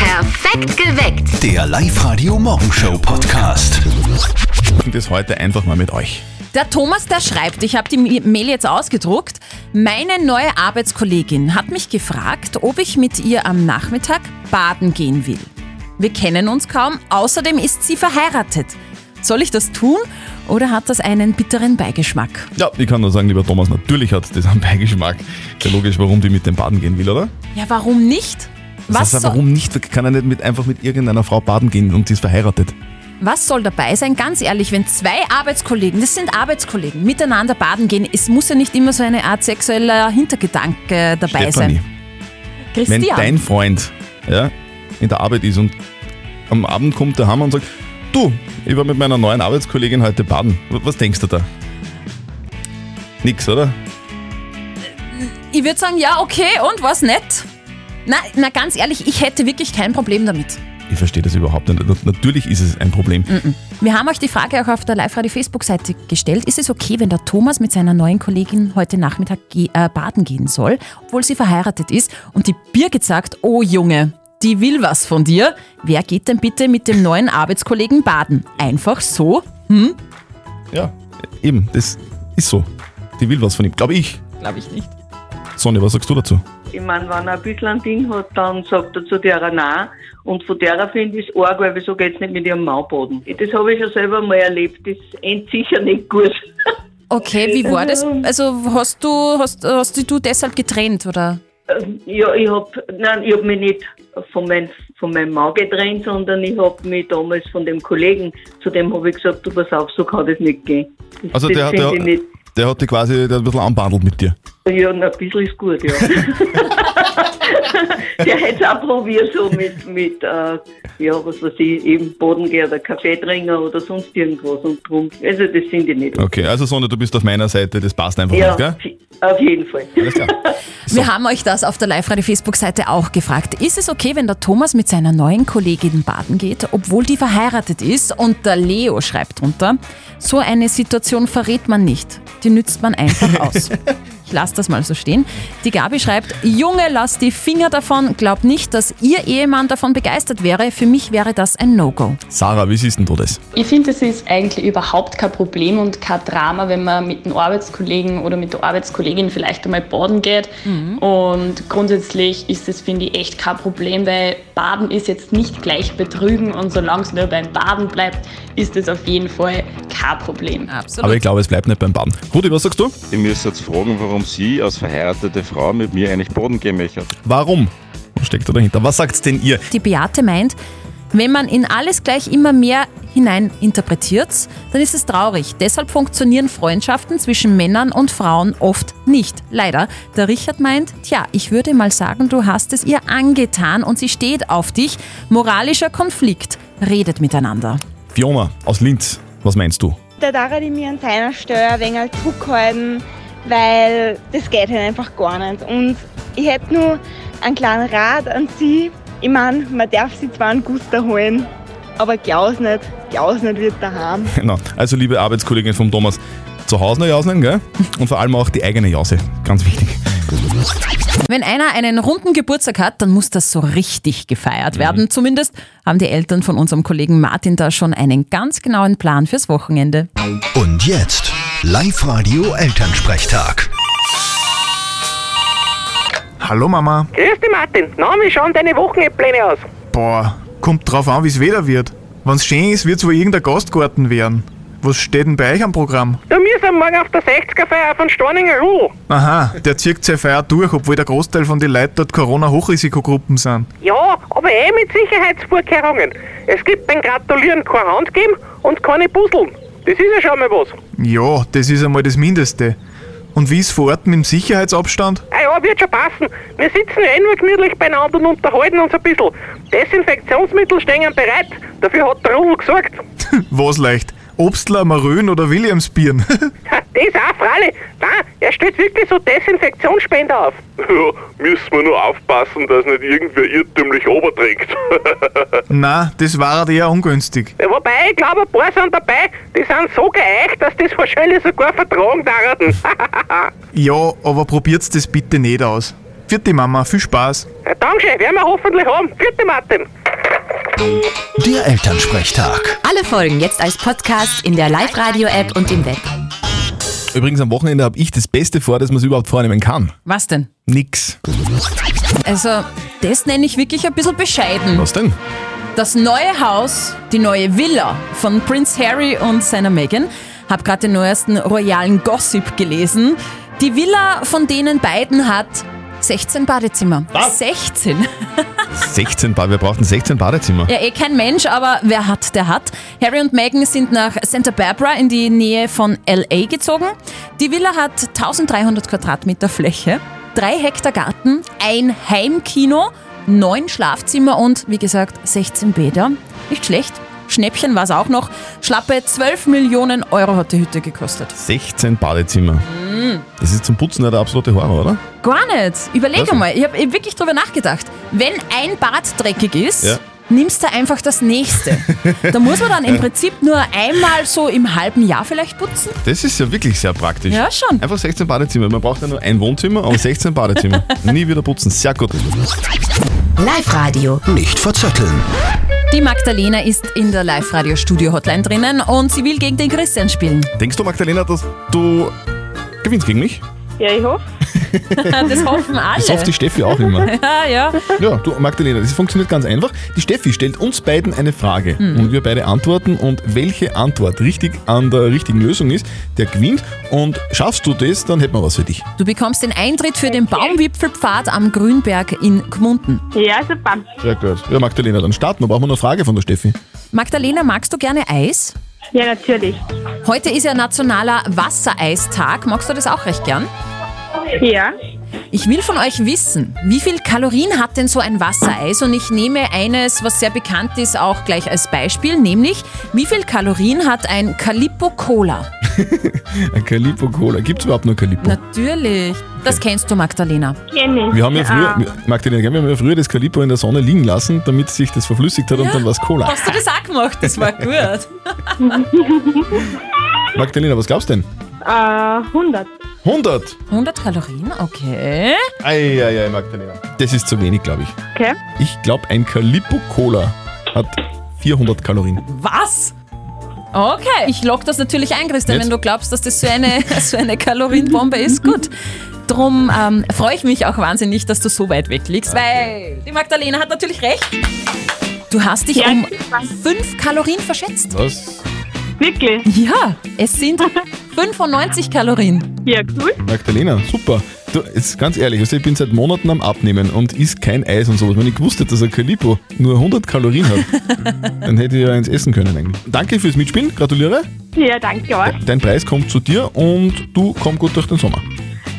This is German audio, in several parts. Perfekt geweckt. Der Live-Radio Morgenshow Podcast. machen das heute einfach mal mit euch. Der Thomas, der schreibt, ich habe die Mail jetzt ausgedruckt, meine neue Arbeitskollegin hat mich gefragt, ob ich mit ihr am Nachmittag baden gehen will. Wir kennen uns kaum, außerdem ist sie verheiratet. Soll ich das tun oder hat das einen bitteren Beigeschmack? Ja, ich kann nur sagen, lieber Thomas, natürlich hat das einen Beigeschmack. Ist ja logisch, warum die mit dem Baden gehen will, oder? Ja, warum nicht? Was, das heißt, so, warum nicht? Kann er nicht mit, einfach mit irgendeiner Frau baden gehen und die ist verheiratet? was soll dabei sein? Ganz ehrlich, wenn zwei Arbeitskollegen, das sind Arbeitskollegen, miteinander baden gehen, es muss ja nicht immer so eine Art sexueller Hintergedanke dabei Stefanie, sein. wenn Christian. dein Freund ja, in der Arbeit ist und am Abend kommt der Hammer und sagt, du, ich war mit meiner neuen Arbeitskollegin heute baden. W- Was denkst du da? Nix, oder? Ich würde sagen, ja, okay, und was nett? Na, na, ganz ehrlich, ich hätte wirklich kein Problem damit. Ich verstehe das überhaupt nicht. Na- Natürlich ist es ein Problem. Wir haben euch die Frage auch auf der Live-Radio-Facebook-Seite gestellt. Ist es okay, wenn der Thomas mit seiner neuen Kollegin heute Nachmittag ge äh, baden gehen soll, obwohl sie verheiratet ist? Und die Birgit sagt, oh Junge, die will was von dir. Wer geht denn bitte mit dem neuen Arbeitskollegen baden? Einfach so? Ja, eben, das ist so. Die will was von ihm, glaube ich. Glaube ich nicht. Sonja, was sagst du dazu? Ich meine, wenn er ein bisschen ein Ding hat, dann sagt er zu derer nein. Und von derer finde ich es arg, weil wieso geht's nicht mit ihrem Mauboden? Das habe ich schon selber mal erlebt. Das endet sicher nicht gut. Okay, wie war das? Also hast du, hast, hast dich du deshalb getrennt, oder? ja, ich habe, nein, ich habe mich nicht von, mein, von meinem Mau getrennt, sondern ich habe mich damals von dem Kollegen, zu dem habe ich gesagt, du pass auf, so kann das nicht gehen. Das, Also das der, finde der, ich nicht. der hat die quasi der hat ein bisschen anbandelt mit dir. Ja, na, ein bisschen ist gut, ja. Der hätte es auch probiert, so mit, mit äh, ja, was weiß ich, eben Bodengeher oder Kaffeetrinker oder sonst irgendwas und drum. Also, das finde ich nicht. Okay, also Sonja, du bist auf meiner Seite, das passt einfach Ja, nicht, gell? auf jeden Fall. Alles klar. So. Wir haben euch das auf der Live-Radio-Facebook-Seite auch gefragt. Ist es okay, wenn der Thomas mit seiner neuen Kollegin baden geht, obwohl die verheiratet ist? Und der Leo schreibt drunter, so eine Situation verrät man nicht. Die nützt man einfach aus. Ich lasse das mal so stehen. Die Gabi schreibt, Junge, lass die Finger davon. Glaub nicht, dass ihr Ehemann davon begeistert wäre. Für mich wäre das ein No-Go. Sarah, wie siehst denn du das? Ich finde, es ist eigentlich überhaupt kein Problem und kein Drama, wenn man mit einem Arbeitskollegen oder mit der Arbeitskollegin vielleicht einmal baden geht. Und grundsätzlich ist es, finde ich, echt kein Problem, weil Baden ist jetzt nicht gleich Betrügen und solange es nur beim Baden bleibt, ist es auf jeden Fall kein Problem. Absolut. Aber ich glaube, es bleibt nicht beim Baden. Rudi, was sagst du? Ihr müsst jetzt fragen, warum sie als verheiratete Frau mit mir eigentlich Boden gehen möchte. Warum? Was steckt da dahinter? Was sagt denn ihr? Die Beate meint, wenn man in alles gleich immer mehr hinein interpretiert, dann ist es traurig. Deshalb funktionieren Freundschaften zwischen Männern und Frauen oft nicht. Leider. Der Richard meint, tja, ich würde mal sagen, du hast es ihr angetan und sie steht auf dich. Moralischer Konflikt. Redet miteinander. Fiona aus Linz, was meinst du? Da darf ich mir an deiner Stelle ein wenig zurückhalten, weil das geht halt einfach gar nicht. Und ich hätte nur einen kleinen Rat an sie. Ich meine, man darf sie zwar einen Guster holen, aber glaub's nicht, glaub's nicht wird daheim. Genau. Also, liebe Arbeitskollegin vom Thomas, zu Hause eine Jausen, gell? Und vor allem auch die eigene Jause. Ganz wichtig. Wenn einer einen runden Geburtstag hat, dann muss das so richtig gefeiert werden. Zumindest haben die Eltern von unserem Kollegen Martin da schon einen ganz genauen Plan fürs Wochenende. Und jetzt Live-Radio Elternsprechtag. Hallo Mama. Grüß dich, Martin. Na, wie schauen deine Wochenendpläne aus? Boah, kommt drauf an, wie's Wetter wird. Wenn's schön ist, wird's wohl irgendein Gastgarten werden. Was steht denn bei euch am Programm? Du, wir sind morgen auf der 60er-Feier von Storninger Rudel. Aha, der zieht seine Feier durch, obwohl der Großteil von den Leuten dort Corona-Hochrisikogruppen sind. Ja, aber eh mit Sicherheitsvorkehrungen. Es gibt beim Gratulieren keine Hand geben und keine Puzzeln. Das ist ja schon mal was. Ja, das ist einmal das Mindeste. Und wie ist vor Ort mit dem Sicherheitsabstand? Ah ja, wird schon passen. Wir sitzen ja eh nur gemütlich beieinander und unterhalten uns ein bisschen. Desinfektionsmittel stehen bereit. Dafür hat der Rudel gesorgt. Was leicht? Obstler, Marön oder Williamsbieren? Ha, Das auch, Fralle. Nein, er stellt wirklich so Desinfektionsspender auf. Ja, müssen wir nur aufpassen, dass nicht irgendwer irrtümlich oberträgt. Na, das war halt eher ungünstig. Ja, Wobei, ich glaube, ein paar sind dabei, die sind so geeicht, dass das wahrscheinlich sogar vertragen daran. Ja, aber probiert's das bitte nicht aus. Vierte Mama, viel Spaß. Ja, Dankeschön, werden wir hoffentlich haben. Vierte Martin. Der Elternsprechtag. Alle Folgen jetzt als Podcast in der Live-Radio-App und im Web. Übrigens, am Wochenende habe ich das Beste vor, dass man es überhaupt vornehmen kann. Was denn? Nix. Also, das nenne ich wirklich ein bisschen bescheiden. Was denn? Das neue Haus, die neue Villa von Prince Harry und seiner Meghan. Hab gerade den neuesten royalen Gossip gelesen. Die Villa von denen beiden hat 16 Badezimmer. Was? 16. 16 Bad, wir brauchten 16 Badezimmer. Ja, eh kein Mensch, aber wer hat, der hat. Harry und Meghan sind nach Santa Barbara in die Nähe von LA gezogen. Die Villa hat 1300 Quadratmeter Fläche, drei Hektar Garten, ein Heimkino, neun Schlafzimmer und, wie gesagt, 16 Bäder. Nicht schlecht. Schnäppchen war es auch noch. Schlappe 12 Millionen Euro hat die Hütte gekostet. 16 Badezimmer. Mhm. Das ist zum Putzen ja der absolute Horror, oder? Gar nicht. Überleg Was? einmal. Ich habe wirklich drüber nachgedacht. Wenn ein Bad dreckig ist, Ja. nimmst du einfach das nächste. da muss man dann im Prinzip nur einmal so im halben Jahr vielleicht putzen. Das ist ja wirklich sehr praktisch. Ja, schon. Einfach 16 Badezimmer. Man braucht ja nur ein Wohnzimmer und 16 Badezimmer. Nie wieder putzen. Sehr gut. Live-Radio. Nicht verzetteln. Die Magdalena ist in der Live-Radio-Studio-Hotline drinnen und sie will gegen den Christian spielen. Denkst du, Magdalena, dass du gewinnst gegen mich? Ja, ich hoffe. Das hoffen alle. Das hofft die Steffi auch immer. ja, Ah, ja. Ja, du, Magdalena, das funktioniert ganz einfach. Die Steffi stellt uns beiden eine Frage und wir beide antworten. Und welche Antwort richtig an der richtigen Lösung ist, der gewinnt. Und schaffst du das, dann hätten wir was für dich. Du bekommst den Eintritt für den Baumwipfelpfad am Grünberg in Gmunden. Ja, super. Sehr gut. Ja, Magdalena, dann starten wir. Brauchen wir noch eine Frage von der Steffi? Magdalena, magst du gerne Eis? Ja, natürlich. Heute ist ja nationaler Wassereistag. Magst du das auch recht gern? Ja. Ich will von euch wissen, wie viel Kalorien hat denn so ein Wassereis? Und ich nehme eines, was sehr bekannt ist, auch gleich als Beispiel, nämlich wie viel Kalorien hat ein Calippo Cola? Ein Calippo Cola. Gibt es überhaupt nur Calippo? Natürlich. Das kennst du, Magdalena. Kenne ich. Wir haben ja früher, Ah, Magdalena, gell, wir haben ja früher das Calippo in der Sonne liegen lassen, damit sich das verflüssigt hat und dann war es Cola. Hast du das auch gemacht? Das war gut. Magdalena, was glaubst du denn? Äh, 100. 100! 100 Kalorien? Okay. Eieiei, Magdalena. Das ist zu wenig, glaube ich. Okay. Ich glaube, ein Calippo Cola hat 400 Kalorien. Was? Okay, ich log das natürlich ein, Christian, Jetzt? wenn du glaubst, dass das so eine, so eine Kalorienbombe ist. Gut. Drum ähm, freue ich mich auch wahnsinnig, dass du so weit weg liegst, weil die Magdalena hat natürlich recht. Du hast dich Ja, um ich weiß. 5 Kalorien verschätzt. Was? Wirklich? Ja, es sind 95 Kalorien. Ja, cool. Magdalena, super. Du, jetzt ganz ehrlich, also ich bin seit Monaten am Abnehmen und isst kein Eis und sowas. Wenn ich gewusst hätte, dass ein Calippo nur 100 Kalorien hat, dann hätte ich ja eins essen können eigentlich. Danke fürs Mitspielen, gratuliere. Ja, danke auch. Dein Preis kommt zu dir und du komm gut durch den Sommer.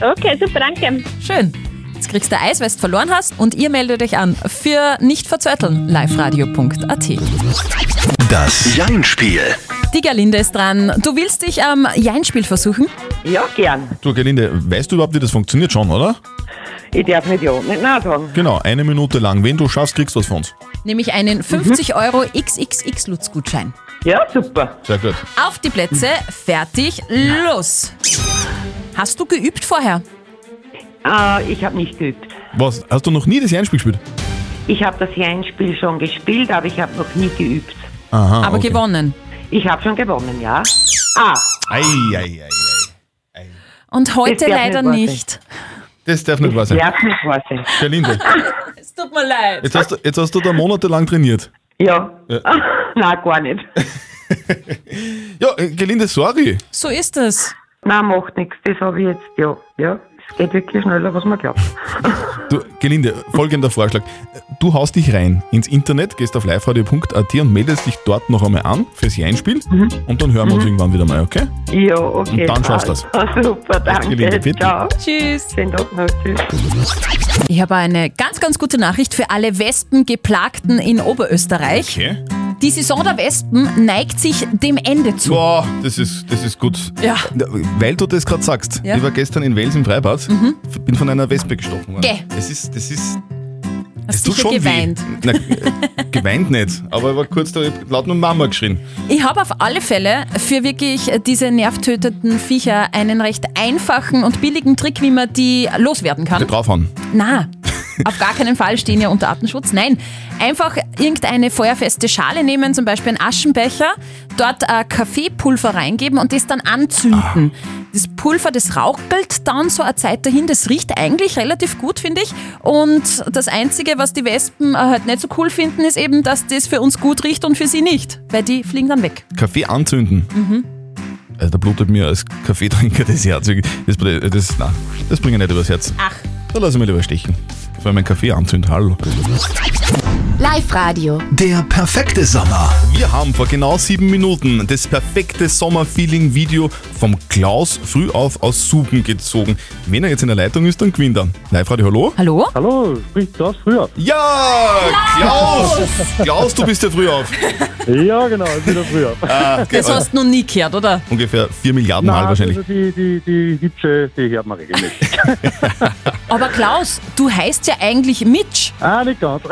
Okay, super, danke. Schön. Jetzt kriegst du Eis, weil du verloren hast und ihr meldet euch an für nicht verzörteln liveradio.at. Das Jein-Spiel. Die Gerlinde ist dran. Du willst dich am Jeinspiel versuchen? Ja, gern. Du, Gerlinde, weißt du überhaupt, wie das funktioniert schon, oder? Ich darf nicht ja und nicht nein sagen. Genau, eine Minute lang. Wenn du schaffst, kriegst du was von uns. Nämlich einen 50 Euro XXX-Lutz-Gutschein. Ja, super. Sehr gut. Auf die Plätze, fertig, los! Hast du geübt vorher? Äh, ich habe nicht geübt. Was, hast du noch nie das Einspiel gespielt? Ich habe das Jein-Spiel schon gespielt, aber ich habe noch nie geübt. Aha, Aber okay. gewonnen. Ich habe schon gewonnen, ja. Ah, Ei, ei, ei, ei. Und heute darf leider nicht wahr sein. nicht. Das darf nicht wahr sein. ja, nicht wahr sein. Gerlinde, Es tut mir leid. jetzt hast, du- jetzt hast du da monatelang trainiert. Ja. nein, gar nicht. Ja, äh, Gerlinde, sorry. So ist es. Nein, macht nichts. Das habe ich jetzt, ja. Ja, es geht wirklich schneller, was man glaubt. Du, Gelinde, folgender Vorschlag. Du haust dich rein ins Internet, gehst auf liveradio.at und meldest dich dort noch einmal an fürs Jeinspiel und dann hören wir uns irgendwann wieder mal, okay? Ja, okay. Und dann schaffst du's. Ah, Super, Gelinde, danke. bitte. Ciao. Tschüss. Schönen Tag noch. Tschüss. Ich habe eine ganz, ganz gute Nachricht für alle Wespengeplagten in Oberösterreich. Okay. Die Saison der Wespen neigt sich dem Ende zu. Boah, das ist, das ist gut. Ja. Weil du das gerade sagst, Ja. Mhm. ich war gestern in Wales im Freibad, bin von einer Wespe gestochen worden. Geh. Das ist, das ist, Hast das tut sicher schon geweint. weh. Na, äh, Geweint nicht, aber ich war kurz da, ich hab laut nur Mama geschrien. Ich habe auf alle Fälle für wirklich diese nervtötenden Viecher einen recht einfachen und billigen Trick, wie man die loswerden kann. Die draufhauen. Na, auf gar keinen Fall stehen ja unter Artenschutz. Nein, einfach irgendeine feuerfeste Schale nehmen, zum Beispiel einen Aschenbecher, dort äh, Kaffeepulver reingeben und das dann anzünden. Das Pulver, das rauchelt dann so eine Zeit dahin. Das riecht eigentlich relativ gut, finde ich. Und das Einzige, was die Wespen äh, halt nicht so cool finden, ist eben, dass das für uns gut riecht und für sie nicht, weil die fliegen dann weg. Kaffee anzünden. Mhm. Also da blutet mir als Kaffeetrinker das Herz. Das, äh, das, nein, das bringe ich nicht übers Herz. Ach. Da lass ich mich lieber stechen. Vor allem mein Kaffee anzünden, hallo. Live-Radio. Der perfekte Sommer. Wir haben vor genau sieben Minuten das perfekte Sommerfeeling-Video vom Klaus Frühauf aus Suben gezogen. Wenn er jetzt in der Leitung ist, dann gewinnt er. Live-Radio, hallo? Hallo? Hallo, spricht Klaus Oh, früher. Ja, Klaus! Klaus, du bist der Frühauf. Ja, genau, ich bin der früher. Ah, Das hast du noch nie gehört, oder? Ungefähr vier Milliarden Mal wahrscheinlich. Also die, die, die Hitsche, äh, die hört man regelmäßig. Aber Klaus, du heißt ja eigentlich Mitch. ah, nicht ganz.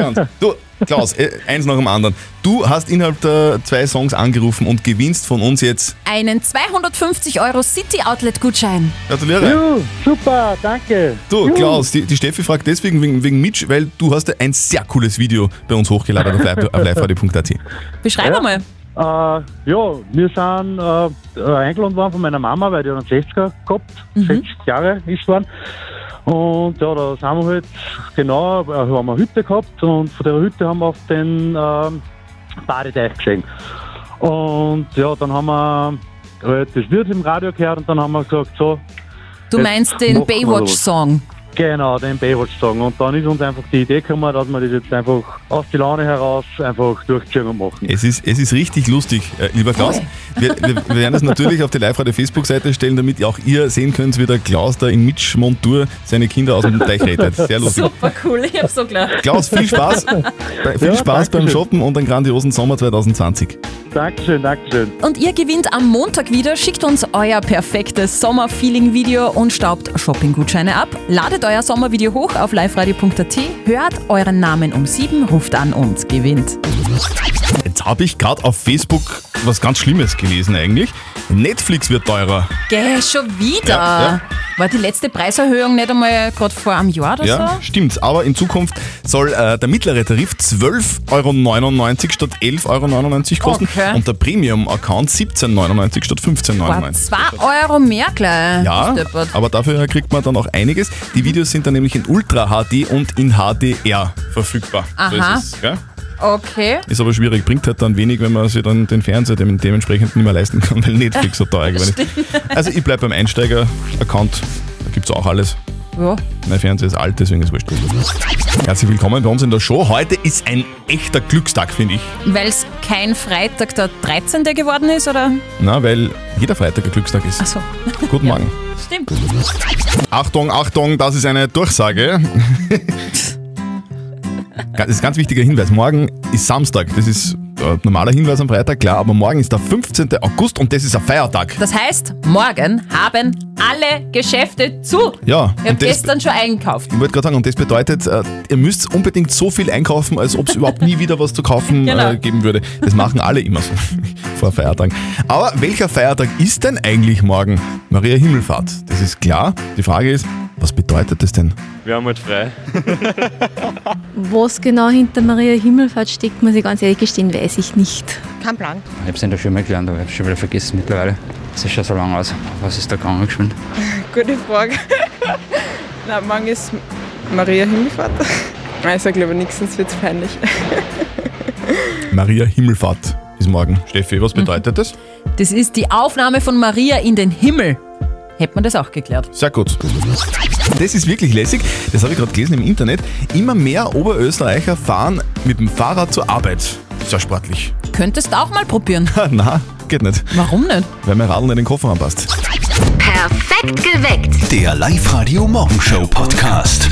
Ganz. Du, Klaus, äh, eins nach dem anderen. Du hast innerhalb der zwei Songs angerufen und gewinnst von uns jetzt. Einen 250 Euro City Outlet Gutschein. Gratuliere. Juhu, super, danke. Du, Juhu. Klaus, die, die Steffi fragt deswegen wegen, wegen Mitch, weil du hast ja ein sehr cooles Video bei uns hochgeladen auf, live- auf liveradio.at. Beschreib Ja. mal. Äh, ja, wir sind äh, äh, eingeladen worden von meiner Mama, weil die hat einen 60er gehabt, 60 Jahre ist waren. Und ja, da sind wir halt, genau, äh, haben wir eine Hütte gehabt und von der Hütte haben wir auf den ähm, Badeteich gesehen. Und ja, dann haben wir halt das Lied im Radio gehört und dann haben wir gesagt, so, Du Jetzt meinst den machen wir los. Baywatch-Song. Genau, den Baywatch sagen. Und dann ist uns einfach die Idee gekommen, dass wir das jetzt einfach aus der Laune heraus einfach durchziehen und machen. Es ist, es ist richtig lustig, äh, lieber Klaus. Wir, wir, wir werden das natürlich auf die Live-Radio-Facebook-Seite stellen, damit auch ihr sehen könnt, wie der Klaus da in Mitch-Montur seine Kinder aus dem Teich rettet. Sehr lustig. Super cool, ich hab's so klar. Klaus, viel Spaß, bei, viel Ja, Spaß beim Dankeschön. Shoppen und einen grandiosen Sommer 2020. Dankeschön, Dankeschön. Und ihr gewinnt am Montag wieder, schickt uns euer perfektes Sommerfeeling-Video und staubt Shopping-Gutscheine ab. Ladet euer Sommervideo hoch auf liveradio.at, hört euren Namen um sieben, ruft an und gewinnt. Jetzt habe ich gerade auf Facebook was ganz Schlimmes gelesen eigentlich. Netflix wird teurer. Gäh, schon wieder. Ja, ja. War die letzte Preiserhöhung nicht einmal gerade vor einem Jahr oder Ja, so? stimmt's. Aber in Zukunft soll äh, der mittlere Tarif 12,99 Euro statt 11,99 Euro kosten Okay. und der Premium-Account 17,99 statt 15,99 War zwei Euro mehr gleich. Ja, Deppert. aber dafür kriegt man dann auch einiges. Die Videos sind dann nämlich in Ultra HD und in HDR verfügbar. Aha. So ist, es, gell? Okay. ist aber schwierig, bringt halt dann wenig, wenn man sich dann den Fernseher dem, dementsprechend nicht mehr leisten kann, weil Netflix so teuer geworden ist. Also ich bleibe beim Einsteiger-Account, da gibt's auch alles. Ja. Mein Fernseher ist alt, deswegen ist es wurscht. Herzlich willkommen bei uns in der Show. Heute ist ein echter Glückstag, finde ich. Weil es kein Freitag der 13. geworden ist, oder? Na, weil jeder Freitag ein Glückstag ist. Achso, Guten Morgen. stimmt. Achtung, Achtung, das ist eine Durchsage. Das ist ein ganz wichtiger Hinweis. Morgen ist Samstag. Das ist äh, normaler Hinweis am Freitag, klar, aber morgen ist der 15. August und das ist ein Feiertag. Das heißt, morgen haben alle Geschäfte zu. Ja, Ich habe und das, gestern schon eingekauft. ich wollte gerade sagen, und das bedeutet, äh, ihr müsst unbedingt so viel einkaufen, als ob es überhaupt nie wieder was zu kaufen Genau. äh, geben würde. Das machen alle immer so vor Feiertagen. Aber welcher Feiertag ist denn eigentlich morgen? Maria Himmelfahrt. Das ist klar. Die Frage ist, was bedeutet das denn? Wir haben halt frei. Was genau hinter Maria Himmelfahrt steckt, muss ich ganz ehrlich gestehen, weiß ich nicht. Kein Plan. Ich hab's in der Schule mal gelernt, aber ich hab's schon wieder vergessen mittlerweile. Es ist schon so lange aus. Was ist da gegangen geschwind? Gute Frage. Nein, morgen ist Maria Himmelfahrt. Ich sage lieber nichts, sonst wird's peinlich. Maria Himmelfahrt ist morgen. Steffi, was bedeutet das? Das ist die Aufnahme von Maria in den Himmel. Hätte man das auch geklärt. Sehr gut. Das ist wirklich lässig. Das habe ich gerade gelesen im Internet. Immer mehr Oberösterreicher fahren mit dem Fahrrad zur Arbeit. Sehr sportlich. Könntest auch mal probieren. Na, geht nicht. Warum nicht? Weil mein Radl in den Kofferraum passt. Perfekt geweckt. Der Live-Radio Morgenshow Podcast.